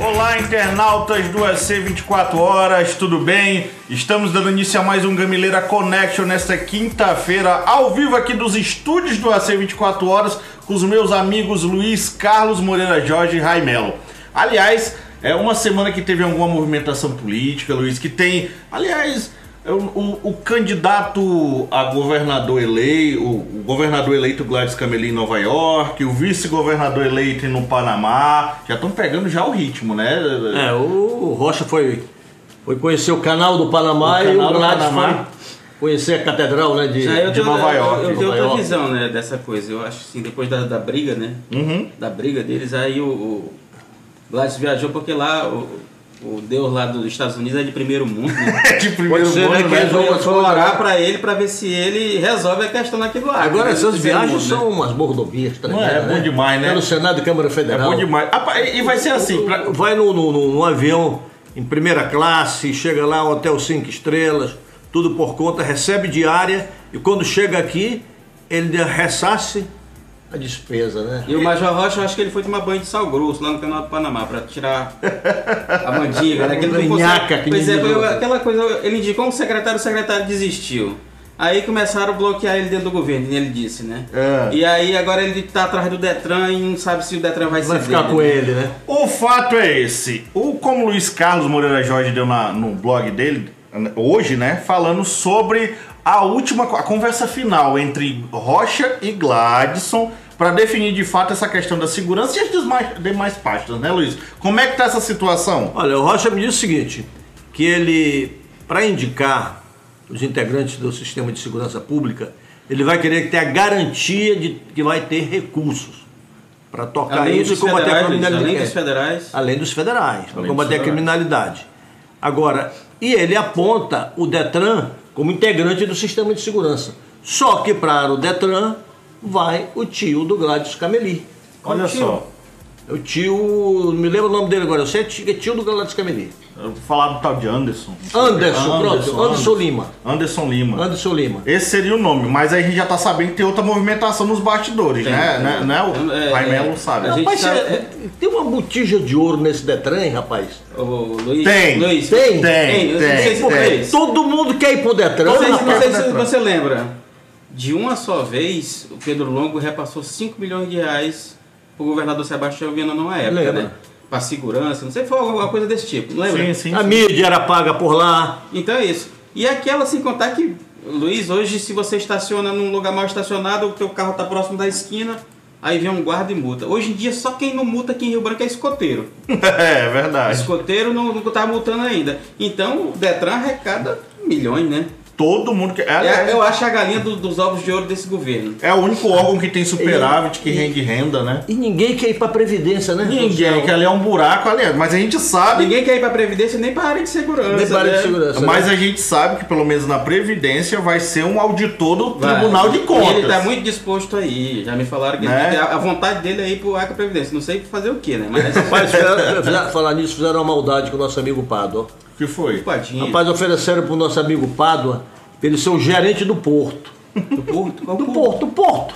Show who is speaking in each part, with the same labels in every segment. Speaker 1: Olá, internautas do AC 24 horas, tudo bem? Estamos dando início a mais um Gamileira Connection nesta quinta-feira, ao vivo aqui dos estúdios do AC 24 horas, com os meus amigos Luiz Carlos Moreira Jorge e Raimelo. Aliás, é uma semana que teve alguma movimentação política, Luiz, que tem. Aliás, é o, o- o candidato a governador eleito, o governador eleito Gladys Camelim em Nova York, o vice-governador eleito no Panamá, já estão pegando já o ritmo, né?
Speaker 2: É, o Rocha foi, foi conhecer o canal do Panamá
Speaker 1: O canal
Speaker 2: e
Speaker 1: do
Speaker 2: o Gladys
Speaker 1: Panamá.
Speaker 2: foi conhecer a catedral né, de,
Speaker 3: É, eu
Speaker 2: de
Speaker 3: tenho,
Speaker 2: Nova
Speaker 3: eu-
Speaker 2: York.
Speaker 3: Eu,
Speaker 2: Nova
Speaker 3: tenho outra
Speaker 2: York.
Speaker 3: visão, né, dessa coisa. Eu acho assim, depois da, da briga, né?
Speaker 2: Uhum.
Speaker 3: Da briga deles, aí o, o Gladys viajou porque lá o, o Deus lá dos Estados Unidos é de primeiro mundo, né?
Speaker 1: de primeiro
Speaker 2: Pode ser, né,
Speaker 1: mundo,
Speaker 2: que
Speaker 1: né?
Speaker 2: eles vão-
Speaker 3: Eu
Speaker 2: Mas
Speaker 3: fui
Speaker 2: foi
Speaker 3: orar
Speaker 2: legal.
Speaker 3: pra ele pra ver se ele resolve a questão daquilo lá.
Speaker 2: Agora
Speaker 3: Entendeu?
Speaker 2: essas
Speaker 3: Esse é o
Speaker 2: viagens
Speaker 3: mundo, né?
Speaker 2: são umas bordovias tremendas,
Speaker 1: é bom
Speaker 2: né?
Speaker 1: demais, né?
Speaker 2: Tá no Senado e Câmara
Speaker 1: É
Speaker 2: Federal.
Speaker 1: bom demais. Ah, pá, E e vai ser assim, pra-
Speaker 2: Vai no, no, no- no avião em primeira classe, chega lá, um hotel cinco estrelas, tudo por conta, recebe diária e quando chega aqui, ele ressasse a despesa, né?
Speaker 3: E o Major Rocha, eu acho que ele foi tomar banho de sal grosso lá no canal do Panamá pra tirar a mandíbula. né? Que ele não
Speaker 2: Manhaca
Speaker 3: consegue-
Speaker 2: que
Speaker 3: pois é,
Speaker 2: ninguém
Speaker 3: foi
Speaker 2: viu.
Speaker 3: aquela coisa, ele indicou um secretário, o secretário desistiu. Aí começaram a bloquear ele dentro do governo, ele disse, né?
Speaker 1: É.
Speaker 3: E aí agora ele tá atrás do Detran e não sabe se o Detran vai,
Speaker 2: Vai
Speaker 3: ceder,
Speaker 2: ficar
Speaker 3: né?
Speaker 2: com ele, né?
Speaker 1: O fato é esse. O como o Luiz Carlos Moreira Jorge deu na- no blog dele hoje, né, falando sobre a última co- a conversa final entre Rocha e Gladson para definir de fato essa questão da segurança e as demais, demais pastas, né, Luiz? Como é que tá essa situação?
Speaker 2: Olha, o Rocha me disse o seguinte, que ele, para indicar os integrantes do sistema de segurança pública, ele vai querer ter a garantia de que vai ter recursos para tocar
Speaker 3: Além
Speaker 2: isso e
Speaker 3: dos
Speaker 2: combater a
Speaker 3: federais,
Speaker 2: criminalidade.
Speaker 3: além dos federais.
Speaker 2: Além dos federais, para
Speaker 3: dos
Speaker 2: combater a
Speaker 3: federais.
Speaker 2: criminalidade. Agora, e ele aponta o Detran como integrante do sistema de segurança. Só que para o Detran vai o tio do Gladys Cameli.
Speaker 1: Olha só,
Speaker 2: É o tio, não me lembro o nome dele agora, eu sei que é tio, do Gladys Cameli.
Speaker 1: eu vou falar do tal de Anderson.
Speaker 2: Anderson, pronto, Anderson, Lima.
Speaker 1: Anderson Lima.
Speaker 2: Anderson Lima.
Speaker 1: Esse seria o nome, mas aí a gente já tá sabendo que tem outra movimentação nos bastidores,
Speaker 3: Tem,
Speaker 1: né?
Speaker 3: tem.
Speaker 1: né? né? O
Speaker 3: É,
Speaker 1: Raimundo
Speaker 3: é.
Speaker 1: sabe.
Speaker 3: A gente
Speaker 2: Rapaz,
Speaker 3: sabe-
Speaker 2: cê- tem uma botija de ouro nesse Detran, hein, rapaz?
Speaker 3: Ô, Luiz,
Speaker 1: Tem,
Speaker 3: Luiz,
Speaker 1: tem,
Speaker 2: tem,
Speaker 3: eu
Speaker 1: tem,
Speaker 3: não sei se
Speaker 1: tem.
Speaker 3: fez.
Speaker 2: Todo mundo quer ir pro Detran,
Speaker 3: Não sei, se- não
Speaker 2: rapaz.
Speaker 3: sei se você lembra. De uma só vez, o Pedro Longo repassou 5 milhões de reais pro governador Sebastião Viana numa época,
Speaker 2: Lembra.
Speaker 3: né? Pra segurança, não sei, foi alguma coisa desse tipo, não lembra?
Speaker 1: Sim, sim.
Speaker 2: A mídia era paga por lá.
Speaker 3: Então é isso. E aquela, sem contar que, Luiz, hoje se você estaciona num lugar mal estacionado, o teu carro tá próximo da esquina, aí vem um guarda e multa. Hoje em dia, só quem não multa aqui em Rio Branco é escoteiro.
Speaker 1: é verdade.
Speaker 3: Escoteiro não, não tá multando ainda. Então, o Detran arrecada milhões, né?
Speaker 1: Todo mundo que. É,
Speaker 3: É,
Speaker 1: é,
Speaker 3: eu acho a galinha do- dos ovos de ouro desse governo.
Speaker 1: é o único órgão que tem superávit, que rende renda, né?
Speaker 2: E ninguém quer ir pra Previdência, né?
Speaker 1: Ninguém, que ali é um buraco ali, mas a gente sabe.
Speaker 3: Ninguém quer ir pra Previdência nem pra área de segurança.
Speaker 2: Nem pra área de
Speaker 3: né?
Speaker 2: segurança.
Speaker 1: Mas a gente sabe que pelo menos na Previdência vai ser um auditor do Tribunal de Contas.
Speaker 3: E Ele tá muito disposto aí. Já me falaram que
Speaker 1: Né?
Speaker 3: ele- a a vontade dele é ir pro Acre Previdência. Não sei fazer o que, né? Mas
Speaker 2: Rapaz, fizeram- fizeram- falar nisso, fizeram uma maldade com o nosso amigo Pádua.
Speaker 1: que foi?
Speaker 3: é Tadinho.
Speaker 2: Rapaz, ofereceram pro nosso amigo Pádua pra ele ser o gerente do porto.
Speaker 3: Do Porto? Qual
Speaker 2: Do porto, porto.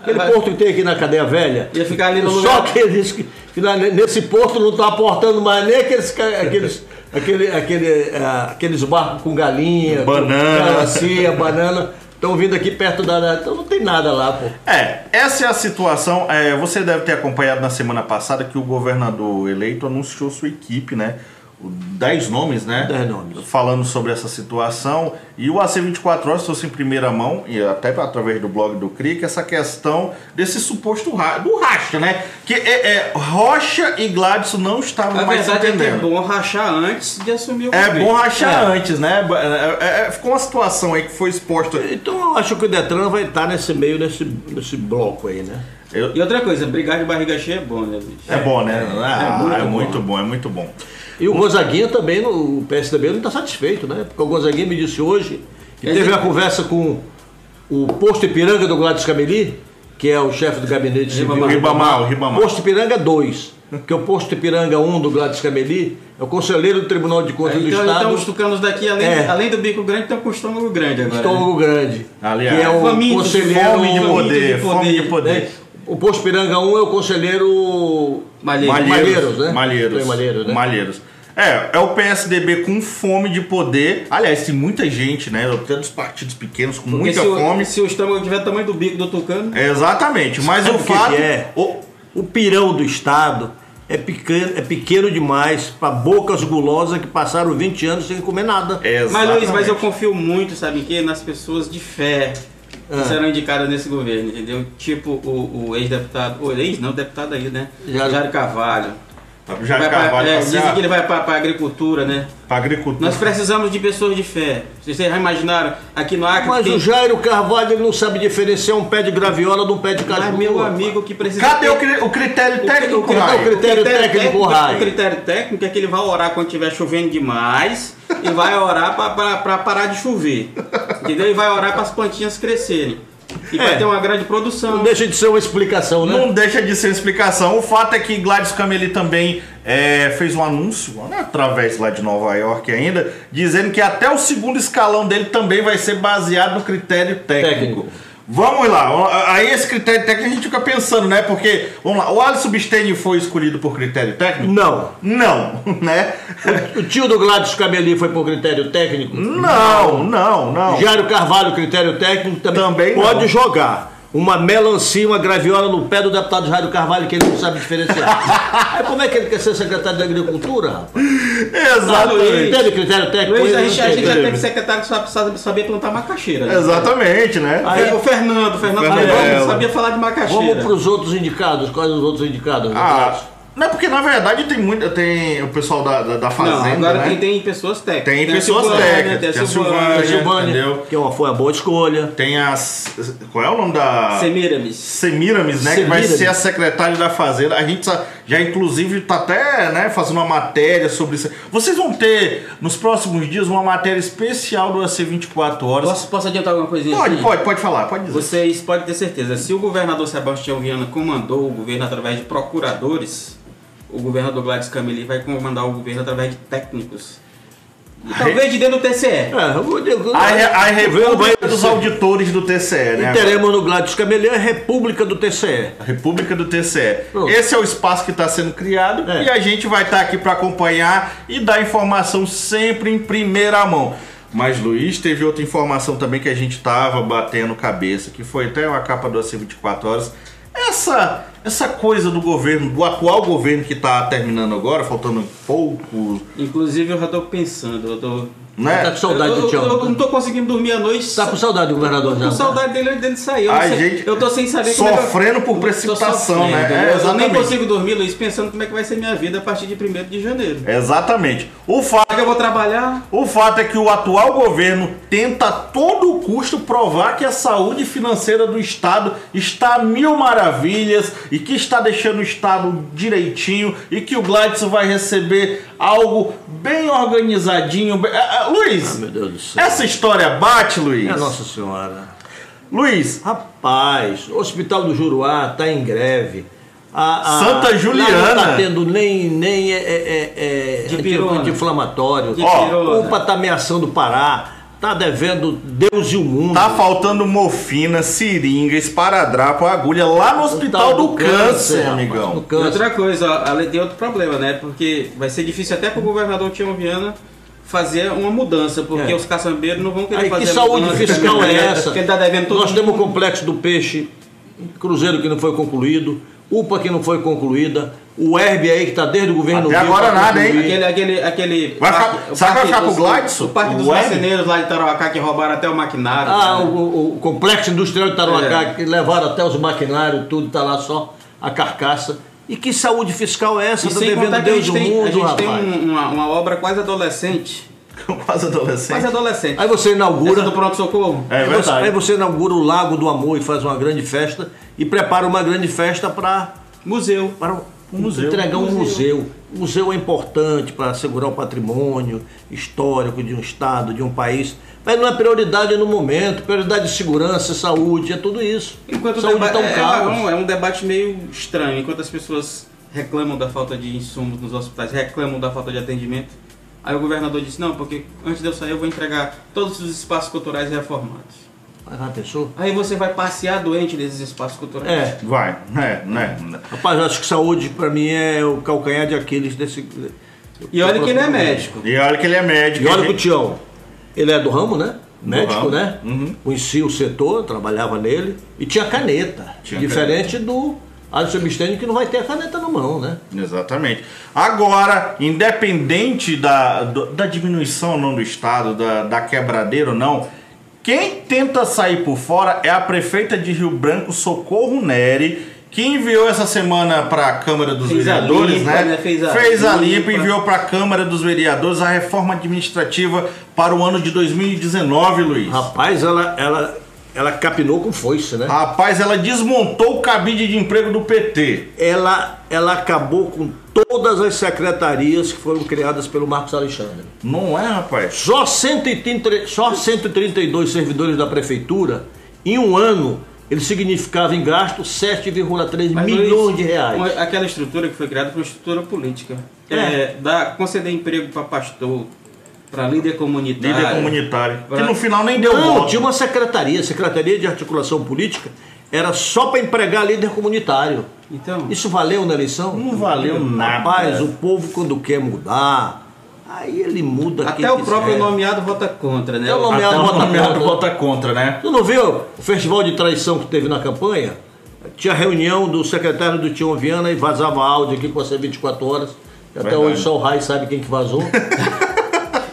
Speaker 2: Aquele
Speaker 3: Mas-
Speaker 2: porto que tem aqui na cadeia velha.
Speaker 3: Ia ficar ali no
Speaker 2: Só
Speaker 3: lugar.
Speaker 2: que ele disse que, que na- nesse porto não está aportando mais nem aqueles, ca- aqueles, aquele, aquele, ah, aqueles barcos com galinha,
Speaker 1: Banana.
Speaker 2: com calacia, banana. Estão vindo aqui perto da. da- Então não tem nada lá, pô.
Speaker 1: É, essa é a situação. É, você deve ter acompanhado na semana passada que o governador eleito anunciou sua equipe, né? O- Dez nomes, né?
Speaker 2: Dez nomes.
Speaker 1: Falando sobre essa situação. E o AC24 Horas trouxe em primeira mão, e até através do blog do CRIC, essa questão desse suposto ra do racha, né? Que é, é, Rocha e Gladson não estavam
Speaker 3: A
Speaker 1: mais se
Speaker 3: verdade é que é
Speaker 1: entendendo.
Speaker 3: bom rachar antes de assumir o
Speaker 1: É
Speaker 3: governo.
Speaker 1: bom rachar antes, né? É, é, é, ficou uma situação aí que foi exposta.
Speaker 2: Então eu acho que o Detran vai estar nesse meio, nesse, nesse bloco aí, né?
Speaker 1: Eu-
Speaker 3: E outra coisa, brigar de barriga cheia é bom, né, bicho?
Speaker 1: é bom, né? Ah,
Speaker 3: muito
Speaker 1: é
Speaker 3: bom.
Speaker 1: muito bom, é muito bom.
Speaker 2: E o Gonzaguinha também, no- o PSDB não está satisfeito, né? Porque o Gonzaguinha me disse hoje que
Speaker 3: Ele-
Speaker 2: teve uma conversa com o posto Ipiranga do Gladys Cameli, que é o chefe do gabinete civil.
Speaker 3: Ribamar.
Speaker 1: Ribamar, o Ribamar.
Speaker 2: Posto Ipiranga 2, que é o posto Ipiranga 1 do Gladys Cameli, é o conselheiro do Tribunal de
Speaker 1: É,
Speaker 2: Contas do
Speaker 3: Então, então
Speaker 2: Estado,
Speaker 3: os tucanos daqui, além,
Speaker 2: É.
Speaker 3: além do bico grande, estão com o estômago grande agora. né?
Speaker 2: Estômago Grande,
Speaker 1: Aliás,
Speaker 2: que é o
Speaker 3: famintos,
Speaker 2: conselheiro...
Speaker 1: Fome de
Speaker 3: Fome de
Speaker 1: poder,
Speaker 3: poder.
Speaker 1: fome de
Speaker 2: né?
Speaker 1: poder.
Speaker 2: O posto Piranga 1 é o conselheiro
Speaker 3: Malheiro.
Speaker 1: Malheiros,
Speaker 2: Malheiros, né?
Speaker 1: Malheiros.
Speaker 2: Tem Malheiros, né?
Speaker 1: Malheiros. É, é o PSDB com fome de poder. Aliás, tem muita gente, né? Até dos partidos pequenos com
Speaker 3: Porque
Speaker 1: muita
Speaker 3: se o-
Speaker 1: fome.
Speaker 3: se o estômago tiver o tamanho do bico do tucano,
Speaker 1: É, exatamente. Mas
Speaker 2: Sabe
Speaker 1: o
Speaker 2: o que
Speaker 1: fato.
Speaker 2: que é?
Speaker 1: o-
Speaker 2: O pirão do Estado é pequeno, é pequeno demais para bocas gulosas que passaram 20 anos sem comer nada.
Speaker 3: Mas Luiz, mas
Speaker 1: exatamente.
Speaker 3: eu confio muito, sabe em quê? Nas pessoas de fé que
Speaker 2: Ah.
Speaker 3: serão indicadas nesse governo, entendeu? Tipo o, o ex-deputado, o ex não, deputado aí, né?
Speaker 2: Jário-
Speaker 3: Jário Carvalho.
Speaker 1: Já
Speaker 3: Vai pra-
Speaker 1: Carvalho Uhum.
Speaker 3: é,
Speaker 1: pra,
Speaker 3: dizem que ele vai para agricultura, né?
Speaker 1: pra agricultura.
Speaker 3: Nós precisamos de pessoas de fé. Vocês já imaginaram aqui no Acre?
Speaker 2: Mas
Speaker 3: tem-
Speaker 2: o Jairo Carvalho ele não sabe diferenciar um pé de graviola de um pé de caju.
Speaker 3: Mas meu amigo que precisa.
Speaker 1: Cadê o,
Speaker 3: ter-
Speaker 1: cri- o critério técnico,
Speaker 3: o, cri-
Speaker 1: Rai?
Speaker 2: o critério técnico, Rai?
Speaker 3: O critério técnico é que ele vai orar quando estiver chovendo demais e vai orar pra- pra pra parar de chover. Entendeu? E vai orar para as plantinhas crescerem. E vai
Speaker 2: É.
Speaker 3: ter uma grande produção.
Speaker 2: Não deixa de ser uma explicação, né?
Speaker 1: Não deixa de ser explicação. O fato é que Gladys Cameli também é, fez um anúncio, né, através lá de Nova York ainda, dizendo que até o segundo escalão dele também vai ser baseado no critério técnico.
Speaker 2: Técnico.
Speaker 1: Vamos lá, aí esse critério técnico a gente fica pensando, né? Porque, vamos lá, o Alisson Bistene foi escolhido por critério técnico?
Speaker 2: Não.
Speaker 1: Não, né?
Speaker 2: O tio do Gladys Cameli foi por critério técnico?
Speaker 1: Não, não, não.
Speaker 2: Jairo Carvalho, critério técnico, também,
Speaker 1: Também não.
Speaker 2: pode jogar. Uma melancia, uma graviola no pé do deputado Jairo Carvalho, que ele não sabe diferenciar. Aí como é que ele quer ser secretário da Agricultura, rapaz?
Speaker 1: Exatamente.
Speaker 3: Luiz.
Speaker 2: Entende o critério técnico?
Speaker 3: Luiz, a
Speaker 2: Ele
Speaker 3: gente,
Speaker 2: não
Speaker 3: a gente já
Speaker 2: entende.
Speaker 3: teve secretário que só sabe- sabia plantar macaxeira. né?
Speaker 1: Exatamente, né?
Speaker 3: Aí, o Fernando, o Fernando
Speaker 1: Fernando
Speaker 3: Fernando
Speaker 1: Belo.
Speaker 3: não sabia falar de macaxeira.
Speaker 2: Vamos para os outros indicados. Quais os outros indicados?
Speaker 1: Ah, não é porque na verdade tem muito. Tem o pessoal da, da, da
Speaker 3: Não,
Speaker 1: Fazenda.
Speaker 3: agora
Speaker 1: né?
Speaker 3: tem, tem pessoas técnicas.
Speaker 1: Tem
Speaker 3: a
Speaker 1: pessoas
Speaker 3: Silvânia,
Speaker 1: técnicas,
Speaker 3: Tem
Speaker 1: tem a
Speaker 3: a
Speaker 1: Silvânia.
Speaker 3: Silvana.
Speaker 1: entendeu?
Speaker 2: Silvânia, que é uma- foi uma boa escolha.
Speaker 1: Tem as. Qual é o nome da.
Speaker 3: Semiramis.
Speaker 1: Semiramis, né? Que vai
Speaker 2: Semiramis.
Speaker 1: ser a secretária da Fazenda. A gente já- já, inclusive, tá até né, fazendo uma matéria sobre isso. Vocês vão ter, nos próximos dias, uma matéria especial do AC 24 Horas.
Speaker 3: Posso, posso adiantar alguma coisinha?
Speaker 1: pode,
Speaker 3: aqui?
Speaker 1: pode, pode falar, pode dizer.
Speaker 3: Vocês podem ter certeza, se o governador Sebastião Viana comandou o governo através de procuradores, o governador Gladys Cameli vai comandar o governo através de técnicos. E talvez de dentro do TCE.
Speaker 2: É, eu vou dizer-
Speaker 1: A, re- a
Speaker 2: governo vai-
Speaker 1: República dos Auditores do TCE, né?
Speaker 2: E teremos no Gladys Cameli a República do TCE.
Speaker 1: A República do TCE.
Speaker 2: Pronto.
Speaker 1: Esse é o espaço que está sendo criado
Speaker 2: É.
Speaker 1: e a gente vai estar aqui para acompanhar e dar informação sempre em primeira mão. Mas, Luiz, teve outra informação também que a gente estava batendo cabeça, que foi até uma capa do AC 24 Horas. Essa, essa coisa do governo, do atual governo que está terminando agora, faltando pouco,
Speaker 3: Inclusive eu já tô pensando, eu tô.
Speaker 2: Tá
Speaker 1: né?
Speaker 2: com saudade
Speaker 3: eu,
Speaker 2: do
Speaker 3: eu, eu não
Speaker 2: Tião.
Speaker 3: tô conseguindo dormir à noite.
Speaker 2: Tá com saudade do governador já.
Speaker 3: com saudade dele dentro de sair. Eu, não
Speaker 1: A
Speaker 3: sei-
Speaker 1: gente
Speaker 3: eu tô sem saber como é que eu-
Speaker 1: Sofrendo por
Speaker 3: Tô
Speaker 1: precipitação,
Speaker 3: sofrendo,
Speaker 1: né?
Speaker 3: entendeu?
Speaker 1: É,
Speaker 3: eu nem
Speaker 1: exatamente.
Speaker 3: consigo dormir, Luiz, pensando como é que vai ser minha vida a partir de 1 de janeiro.
Speaker 1: Exatamente. O fato
Speaker 3: Será que eu vou trabalhar?
Speaker 1: O fato é que o atual governo tenta a todo custo provar que a saúde financeira do Estado está a mil maravilhas e que está deixando o Estado direitinho e que o Gladson vai receber algo bem organizadinho. bem- Ah, ah, Luiz,
Speaker 2: Meu Deus do céu.
Speaker 1: essa história bate, Luiz?
Speaker 2: Minha Nossa Senhora.
Speaker 1: Luiz,
Speaker 2: Rapaz, o Hospital do Juruá está em greve. A,
Speaker 1: Santa
Speaker 2: lá Não
Speaker 1: Juliana.
Speaker 2: está tendo nem, nem é, é, é, é,
Speaker 3: Dipirona.
Speaker 2: anti- anti-inflamatório.
Speaker 3: De
Speaker 1: Ó,
Speaker 3: pirona.
Speaker 2: Opa está ameaçando parar. Está devendo Deus e o mundo.
Speaker 1: tá faltando morfina, seringa, esparadrapo, agulha lá no Hospital do, Câncer,
Speaker 2: rapaz,
Speaker 1: amigão.
Speaker 2: do
Speaker 3: E
Speaker 2: câncer.
Speaker 3: outra coisa, ó, além tem outro problema, né? Porque vai ser difícil até pro governador Tião Viana fazer uma mudança, porque
Speaker 2: É.
Speaker 3: os caçambeiros não vão querer
Speaker 2: Aí,
Speaker 3: fazer
Speaker 2: que
Speaker 3: a
Speaker 2: saúde
Speaker 3: mudança,
Speaker 2: fiscal é
Speaker 3: porque ele-
Speaker 2: essa?
Speaker 3: Porque ele tá devendo todo
Speaker 2: Nós
Speaker 3: mundo.
Speaker 2: temos o complexo do peixe, Cruzeiro que não foi concluído, UPA que não foi concluída, o Herb aí que está desde o governo
Speaker 1: Até
Speaker 2: Lula
Speaker 1: agora
Speaker 2: pra
Speaker 1: nada, hein?
Speaker 2: concluir.
Speaker 3: Aquele, aquele, aquele
Speaker 1: Vai ficar-
Speaker 3: parque- o
Speaker 1: sabe
Speaker 3: parque
Speaker 1: vai ficar
Speaker 3: dos-
Speaker 1: com o Gladson?
Speaker 3: O parque dos
Speaker 1: O Web?
Speaker 3: marceneiros lá de Tarauacá que roubaram até o maquinário.
Speaker 2: Ah,
Speaker 3: né?
Speaker 2: o, o- o complexo industrial de Tarouacá,
Speaker 3: É.
Speaker 2: que levaram até os maquinários, tudo, está lá só a carcaça. E que saúde fiscal é essa?
Speaker 3: E
Speaker 2: Está
Speaker 3: sem
Speaker 2: devendo
Speaker 3: contar que a
Speaker 2: Deus
Speaker 3: gente
Speaker 2: do
Speaker 3: tem, a
Speaker 2: mundo,
Speaker 3: gente tem
Speaker 2: rapaz.
Speaker 3: um- uma, uma obra quase adolescente.
Speaker 1: Quase adolescente.
Speaker 3: Quase adolescente.
Speaker 2: Aí você
Speaker 3: Essa
Speaker 2: inaugura.
Speaker 3: do pronto-socorro.
Speaker 1: É
Speaker 2: aí você-
Speaker 1: verdade.
Speaker 2: Aí você inaugura o Lago do Amor e faz uma grande festa e prepara uma grande festa para
Speaker 3: Museu.
Speaker 2: para um
Speaker 1: museu.
Speaker 2: entregar um museu. O museu é importante para assegurar o patrimônio histórico de um estado, de um país, mas não é prioridade no momento. Prioridade de segurança, saúde, é tudo isso.
Speaker 3: Enquanto o
Speaker 2: saúde
Speaker 3: deba-
Speaker 2: tá um
Speaker 3: é,
Speaker 2: caos.
Speaker 3: é um- é um debate meio estranho. Enquanto as pessoas reclamam da falta de insumos nos hospitais, reclamam da falta de atendimento, aí o governador disse, não, porque antes de eu sair eu vou entregar todos os espaços culturais reformados.
Speaker 2: Mas uma pessoa.
Speaker 3: Aí você vai passear doente nesses espaços culturais.
Speaker 2: É.
Speaker 1: Vai, é, né?
Speaker 2: Rapaz, eu acho que saúde pra mim é o calcanhar de Aquiles desse.
Speaker 3: E olha que ele é médico.
Speaker 1: E olha que ele é médico.
Speaker 2: E olha que o
Speaker 1: gente-
Speaker 2: Tião, ele é do ramo, né? Médico,
Speaker 1: ramo.
Speaker 2: né? Conhecia o setor, trabalhava nele e tinha caneta.
Speaker 1: Tinha
Speaker 2: diferente do Alisson Bistênio que não vai ter a caneta na mão, né?
Speaker 1: Exatamente. Agora, independente da, do- da diminuição ou não do Estado, da, da quebradeira ou não, quem tenta sair por fora é a prefeita de Rio Branco, Socorro Neri, que enviou essa semana para a Câmara dos
Speaker 3: Fez a
Speaker 1: Vereadores,
Speaker 3: limpa,
Speaker 1: né?
Speaker 3: né? Fez a
Speaker 1: limpa e
Speaker 3: limpa.
Speaker 1: enviou para a Câmara dos Vereadores a reforma administrativa para o ano de 2019, Luiz.
Speaker 2: Rapaz, ela, ela, ela capinou com foice, né?
Speaker 1: Rapaz, ela desmontou o cabide de emprego do PT.
Speaker 2: Ela, ela acabou com todas as secretarias que foram criadas pelo Marcos Alexandre.
Speaker 1: Não é, rapaz?
Speaker 2: Só, 130, só 132 servidores da prefeitura, em um ano, ele significava em gasto 7,3
Speaker 3: Mas,
Speaker 2: milhões
Speaker 3: Luiz,
Speaker 2: de reais.
Speaker 3: uma- Aquela estrutura que foi criada foi uma estrutura política.
Speaker 2: É.
Speaker 3: É. dá, conceder emprego para pastor, para líder comunitário.
Speaker 1: Líder comunitário. Que
Speaker 3: Vai.
Speaker 1: no final nem deu
Speaker 2: Não,
Speaker 1: voto.
Speaker 2: Então, tinha uma secretaria, Secretaria de Articulação Política, era só para empregar líder comunitário.
Speaker 3: Então,
Speaker 2: Isso valeu na eleição?
Speaker 1: Não valeu nada.
Speaker 2: Rapaz, o povo quando quer mudar, aí ele muda é quem
Speaker 3: até o
Speaker 2: quiser.
Speaker 3: próprio nomeado vota contra, né?
Speaker 2: Até o
Speaker 1: Até
Speaker 3: O-
Speaker 2: nomeado
Speaker 1: o
Speaker 2: vota
Speaker 1: nomeado
Speaker 2: contra.
Speaker 1: vota contra, né?
Speaker 2: Tu não viu o festival de traição que teve na campanha? Tinha reunião do secretário do Tião Viana e vazava áudio aqui com você 24 horas. Até
Speaker 1: Verdade.
Speaker 2: hoje só o Rai sabe quem que vazou.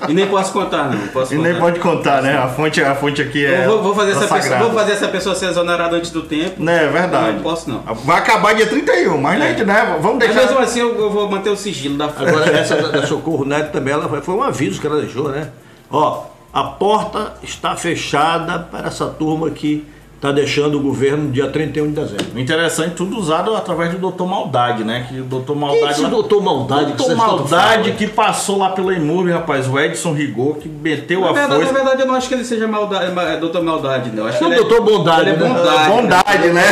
Speaker 3: E nem posso contar, não. Posso
Speaker 1: E
Speaker 3: contar.
Speaker 1: nem pode contar, né? A fonte, a fonte aqui é.
Speaker 3: Eu vou, vou
Speaker 1: é
Speaker 3: fazer essa pessoa,
Speaker 1: sagrada.
Speaker 3: vou fazer essa pessoa ser exonerada antes do tempo.
Speaker 1: Né, é verdade.
Speaker 3: Não posso, não.
Speaker 1: Vai acabar dia 31, mas
Speaker 3: É.
Speaker 1: né, né? Vamos
Speaker 3: Mas
Speaker 1: deixar.
Speaker 3: mesmo assim eu, eu vou manter o sigilo da fonte.
Speaker 2: Agora, essa da, da Socorro Neto também, ela foi, foi um aviso que ela deixou, né? Ó, a porta está fechada para essa turma que está deixando o governo dia 31 de dezembro.
Speaker 1: Interessante, tudo usado através do Dr. Maldade, né? Que o Dr.
Speaker 2: Quem é
Speaker 1: Maldade.
Speaker 2: esse
Speaker 1: lá-
Speaker 2: doutor Maldade que
Speaker 1: Dr.
Speaker 2: vocês tanto
Speaker 1: Maldade
Speaker 2: falam?
Speaker 1: que passou lá pela Imurb, rapaz. O Edson Rigor que meteu
Speaker 3: Na
Speaker 1: a
Speaker 3: É verdade, na
Speaker 1: força.
Speaker 3: verdade, eu não acho que ele seja maldade, ma- é doutor maldade, não. Eu Acho
Speaker 2: É
Speaker 3: que
Speaker 2: o
Speaker 3: ele
Speaker 2: doutor Bondade,
Speaker 3: ele é
Speaker 2: né?
Speaker 3: bondade.
Speaker 1: Bondade, né?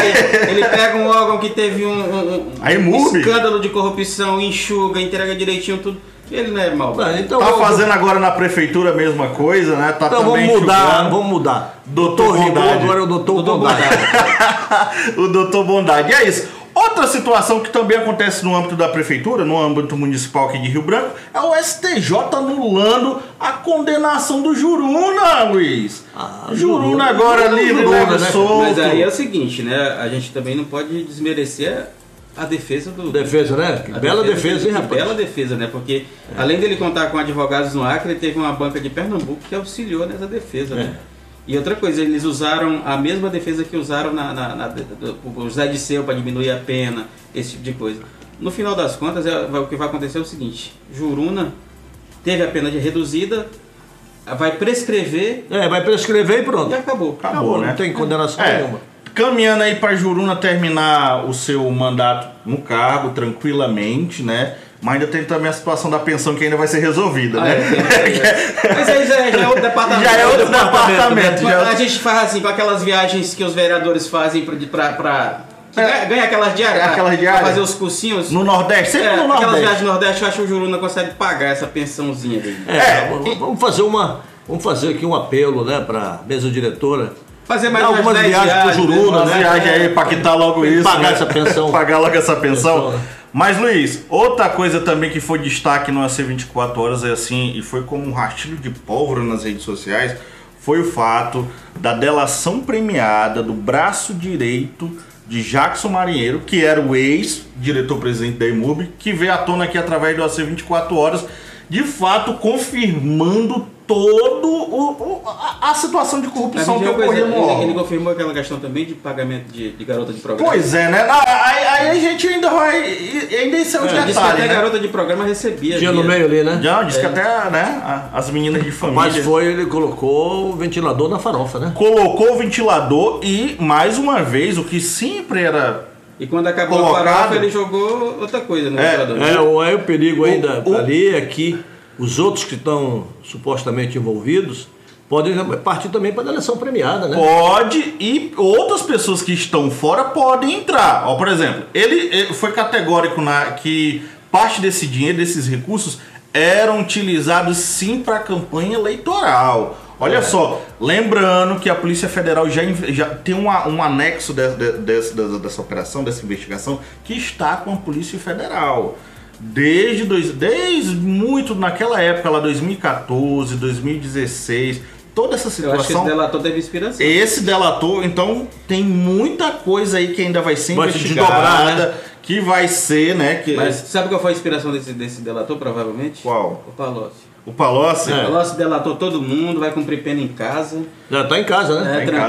Speaker 3: Ele, ele pega um órgão que teve um, um- um-
Speaker 1: Aí
Speaker 3: um
Speaker 1: muda.
Speaker 3: escândalo de corrupção, enxuga, entrega direitinho tudo. Ele não é
Speaker 2: Ah,
Speaker 3: maldade.
Speaker 2: então
Speaker 1: Tá
Speaker 2: vamos-
Speaker 1: fazendo agora na prefeitura a mesma coisa, né? Tá
Speaker 2: então
Speaker 1: também
Speaker 2: vamos mudar,
Speaker 1: enxugando.
Speaker 2: vamos mudar.
Speaker 1: Doutor
Speaker 2: Doutor Rigor,
Speaker 1: Bondade.
Speaker 2: agora é o doutor
Speaker 3: Doutor
Speaker 2: Bondade.
Speaker 1: o doutor Bondade. E é isso. Outra situação que também acontece no âmbito da prefeitura, no âmbito municipal aqui de Rio Branco, é o STJ anulando a condenação do Juruna, Luiz.
Speaker 2: Ah,
Speaker 1: Juruna,
Speaker 2: Juruna.
Speaker 1: agora
Speaker 2: Juruna,
Speaker 1: livre,
Speaker 2: Juruna,
Speaker 1: leve
Speaker 2: né?
Speaker 1: solto.
Speaker 3: Mas aí é o seguinte, né? A gente também não pode desmerecer a defesa do.
Speaker 2: Defesa, né? Que
Speaker 3: a
Speaker 2: bela defesa, hein,
Speaker 3: que
Speaker 2: rapaz?
Speaker 3: Bela defesa, né? Porque além dele contar com advogados no Acre, ele teve uma banca de Pernambuco que auxiliou nessa defesa, né?
Speaker 1: É.
Speaker 3: E outra coisa, eles usaram a mesma defesa que usaram na, na, na, do- do- o Zé de Seu para diminuir a pena, esse tipo de coisa. No final das contas, é- vai- o que vai acontecer é o seguinte: Juruna teve a pena de reduzida, vai prescrever
Speaker 2: É, vai prescrever e pronto.
Speaker 3: e acabou.
Speaker 1: Acabou, né?
Speaker 2: Não tem condenação
Speaker 1: É,
Speaker 2: nenhuma.
Speaker 1: caminhando aí para Juruna terminar o seu mandato no cargo tranquilamente, né? Mas ainda tem também a situação da pensão que ainda vai ser resolvida,
Speaker 3: Ah,
Speaker 1: né?
Speaker 3: é, tem- é. Mas aí já, já é outro departamento. né?
Speaker 1: Já é outro departamento, já é
Speaker 3: A
Speaker 1: outro-
Speaker 3: gente faz assim, com aquelas viagens que os vereadores fazem pra. pra, pra- que
Speaker 1: É.
Speaker 3: ganha- ganha aquelas diárias.
Speaker 1: Aquelas
Speaker 3: pra
Speaker 1: diárias.
Speaker 3: fazer os cursinhos.
Speaker 1: No Nordeste,
Speaker 3: É,
Speaker 1: sempre no
Speaker 3: aquelas
Speaker 1: Nordeste.
Speaker 3: viagens do Nordeste, eu acho que o Juruna consegue pagar essa pensãozinha dele.
Speaker 2: É,
Speaker 1: É,
Speaker 2: v- vamos fazer uma, vamos fazer aqui um apelo, né, para mesa diretora.
Speaker 3: Fazer mais
Speaker 2: Dá
Speaker 3: umas
Speaker 2: algumas
Speaker 3: 10
Speaker 2: viagens pro Juruna,
Speaker 1: Uma
Speaker 2: né?
Speaker 1: viagem aí pra quitar logo
Speaker 2: Tem que
Speaker 1: isso.
Speaker 2: pagar
Speaker 1: né?
Speaker 2: essa pensão.
Speaker 1: pagar logo essa pensão.
Speaker 2: Pensão, né?
Speaker 1: Mas, Luiz, outra coisa também que foi destaque no AC 24 Horas é assim, e foi como um rastilho de pólvora nas redes sociais, foi o fato da delação premiada do braço direito de Jackson Marinheiro, que era o ex-diretor-presidente da IMUB, que veio à tona aqui através do AC 24 Horas, de fato confirmando todo o, o- a, a situação de
Speaker 3: Mas
Speaker 1: corrupção
Speaker 3: me
Speaker 1: que
Speaker 3: diga uma coisa,
Speaker 1: ocorria no órgão.
Speaker 3: ele, ele confirmou aquela questão também de pagamento de, de garota de programa.
Speaker 1: Pois é, né? Ah, Aí, aí a gente ainda vai. e- Ainda esse é o
Speaker 3: Ele
Speaker 1: detalhe.
Speaker 3: disse que até
Speaker 1: né?
Speaker 3: garota de programa recebia.
Speaker 2: Tinha no
Speaker 3: dinheiro.
Speaker 2: meio ali, né?
Speaker 1: Não, disse que até né, a- as meninas de família.
Speaker 2: Mas foi, ele colocou o ventilador na farofa, né?
Speaker 1: Colocou o ventilador e, mais uma vez, o que sempre era.
Speaker 3: E quando acabou
Speaker 1: Colocado.
Speaker 3: a farofa, ele jogou outra coisa no
Speaker 1: É,
Speaker 3: ventilador.
Speaker 2: É, o, é o perigo ainda
Speaker 1: o-
Speaker 2: ali é que os outros que estão supostamente envolvidos podem partir também para a eleição premiada, né?
Speaker 1: Pode e outras pessoas que estão fora podem entrar. Ó, por exemplo, ele, ele eh, foi categórico na que parte desse dinheiro, desses recursos, eram utilizados sim para a campanha eleitoral.
Speaker 3: É.
Speaker 1: Olha só, lembrando que a Polícia Federal já, inve- já tem uma- um anexo de- de- dessa- dessa- dessa operação, dessa investigação, que está com a Polícia Federal. Desde, dois, desde muito naquela época, lá 2014, 2016, toda essa
Speaker 3: Eu acho que
Speaker 1: situação.
Speaker 3: esse delator teve inspiração.
Speaker 1: Esse delator, então tem muita coisa aí que ainda vai ser
Speaker 2: Vai se
Speaker 1: investigada,
Speaker 2: desdobrar,
Speaker 1: que vai ser, né? Que,
Speaker 3: Mas sabe qual foi a inspiração desse, desse delator, provavelmente?
Speaker 1: Qual?
Speaker 3: O Palocci.
Speaker 1: O Palocci.
Speaker 3: O
Speaker 2: É.
Speaker 3: Palocci delatou todo mundo, vai cumprir pena em casa.
Speaker 2: Já tá em casa, né?
Speaker 3: É,
Speaker 1: Tá em casa,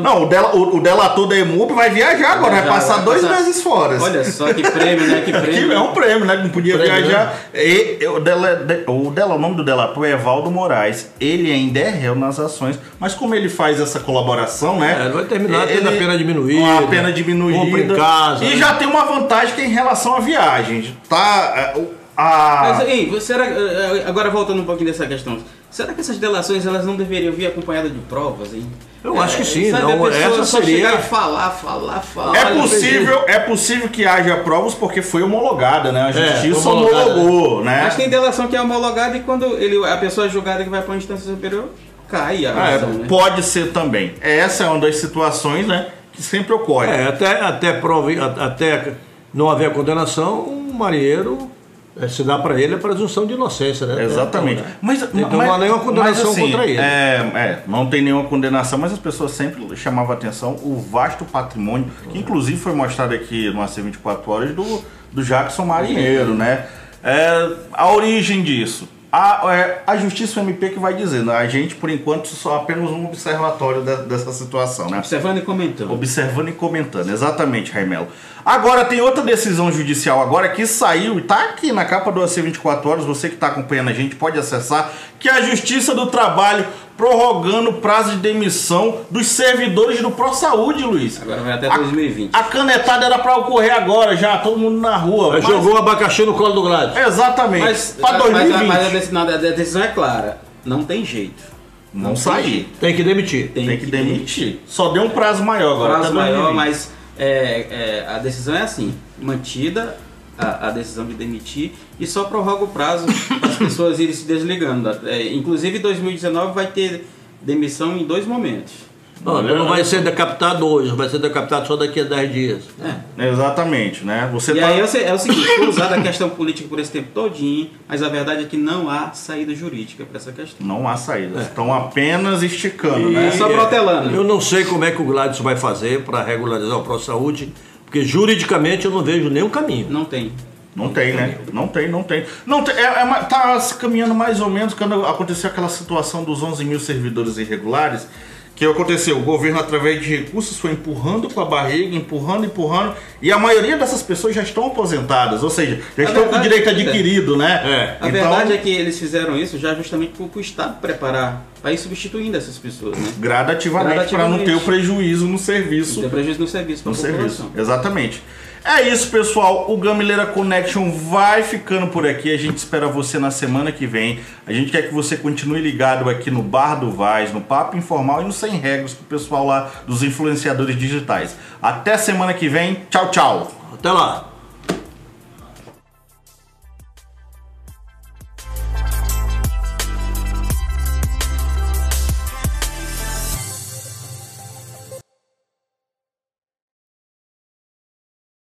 Speaker 1: né? Não, o, dela, o, o delator da EMUB vai viajar agora, vai
Speaker 3: Já,
Speaker 1: passar
Speaker 3: vai
Speaker 1: dois
Speaker 3: passar-
Speaker 1: meses fora.
Speaker 3: Olha só que prêmio, né? Que
Speaker 1: Aqui
Speaker 3: prêmio.
Speaker 1: é um prêmio, né? Não podia
Speaker 2: Prêmio,
Speaker 1: viajar. E, e o, dela, é de- o, dela- o nome do delator é Evaldo Moraes. Ele ainda é réu nas ações, mas como ele faz essa colaboração, né?
Speaker 2: É, ele vai terminar tendo a pena diminuída,
Speaker 1: Com a pena diminuída.
Speaker 2: compra em casa,
Speaker 1: E
Speaker 2: né?
Speaker 1: já tem uma vantagem que é em relação à viagem. Tá. é, o- A,
Speaker 3: Mas, hein, você- será, eh, agora voltando um pouquinho dessa questão, será que essas delações elas não deveriam vir acompanhadas de provas, hein? Eh,
Speaker 2: Eu acho que sim,
Speaker 3: sabe,
Speaker 2: não,
Speaker 3: a pessoa
Speaker 2: essa
Speaker 3: só
Speaker 2: seria-
Speaker 3: chegar e falar, falar, falar.
Speaker 1: É
Speaker 3: Olha,
Speaker 1: possível, é possível que haja provas porque foi homologada, né? A
Speaker 2: É,
Speaker 1: justiça
Speaker 2: homologada.
Speaker 1: homologou, né?
Speaker 3: Mas tem delação que é homologada e quando ele, a pessoa é julgada que vai para uma instância superior, cai a
Speaker 1: Ah, é,
Speaker 3: razão, né?
Speaker 1: Pode ser também. Essa é uma das situações, né? Que sempre ocorre.
Speaker 2: É, até, até, prova, a- até não haver condenação, o marinheiro, eh, se dá para ele a presunção de inocência, né?
Speaker 1: Exatamente. Então, Mas,
Speaker 2: Então não há nenhuma condenação contra ele.
Speaker 1: É, é, não tem nenhuma condenação, mas as pessoas sempre chamavam a atenção o vasto patrimônio, que inclusive foi mostrado aqui no AC 24 Horas, do, do Jackson Marinheiro, né? É, a origem disso. A, é, a Justiça MP que vai dizendo, a gente, por enquanto, só apenas um observatório de- dessa situação, né?
Speaker 3: Observando e comentando.
Speaker 1: Observando e comentando, exatamente, Raimelo. Agora tem outra decisão judicial agora que saiu e tá aqui na capa do AC 24 horas, você que está acompanhando a gente pode acessar, que é a Justiça do Trabalho prorrogando o prazo de demissão dos servidores do ProSaúde, Luiz.
Speaker 3: Agora vai até
Speaker 1: A-
Speaker 3: 2020.
Speaker 1: A canetada era para ocorrer agora já, todo mundo na rua.
Speaker 2: Mas
Speaker 1: mas-
Speaker 2: Jogou o abacaxi no colo do Gladys.
Speaker 1: Exatamente.
Speaker 3: Mas,
Speaker 1: Para
Speaker 3: mas- mas
Speaker 1: 2020.
Speaker 3: a, decisão, a decisão é clara, não tem jeito.
Speaker 1: não sair.
Speaker 2: Tem que demitir.
Speaker 1: Tem, que, demitir. Só deu um prazo maior agora. tá
Speaker 3: prazo
Speaker 1: até
Speaker 3: maior,
Speaker 1: 2020.
Speaker 3: mas é, é, a decisão é assim, mantida a, a decisão de demitir e só prorroga o prazo para as pessoas irem se desligando. É, inclusive 2019 vai ter demissão em dois momentos.
Speaker 2: Não, ele não vai ser decapitado hoje, vai ser decapitado só daqui a 10 dias.
Speaker 3: É.
Speaker 1: Exatamente, né? Você
Speaker 3: E
Speaker 1: tá-
Speaker 3: aí é o se- é o seguinte, foi usada a questão política por esse tempo todinho, mas a verdade é que não há saída jurídica para essa questão.
Speaker 1: Não há saída. Estão apenas esticando,
Speaker 3: É
Speaker 1: né?
Speaker 3: só
Speaker 2: E, eh,
Speaker 3: protelando.
Speaker 2: Eu não sei como é que o Gladys vai fazer para regularizar o ProSaúde, porque juridicamente eu não vejo nenhum caminho.
Speaker 3: Não tem.
Speaker 1: Não tem, né? Não tem, não tem. Não tem é, é ma- tá se caminhando mais ou menos quando aconteceu aquela situação dos 11 mil servidores irregulares. Que aconteceu, o governo, através de recursos, foi empurrando com a barriga, empurrando, empurrando, e a maioria dessas pessoas já estão aposentadas, ou seja, já
Speaker 3: A
Speaker 1: estão com
Speaker 3: verdade
Speaker 1: direito
Speaker 3: é que-
Speaker 1: adquirido, né?
Speaker 2: É.
Speaker 3: A verdade é que eles fizeram isso já justamente para o Estado preparar, para ir substituindo essas pessoas, né?
Speaker 1: gradativamente, para não ter o
Speaker 3: Gradativamente.
Speaker 1: prejuízo no serviço
Speaker 3: Não tem prejuízo no serviço, pra
Speaker 1: no
Speaker 3: população.
Speaker 1: Um serviço. Exatamente. É isso, pessoal. O Gamileira Connection vai ficando por aqui. A gente espera você na semana que vem. A gente quer que você continue ligado aqui no Bar do Vaz, no Papo Informal e no Sem Regras pro pessoal lá dos influenciadores digitais. Até semana que vem. Tchau, tchau.
Speaker 2: Até lá.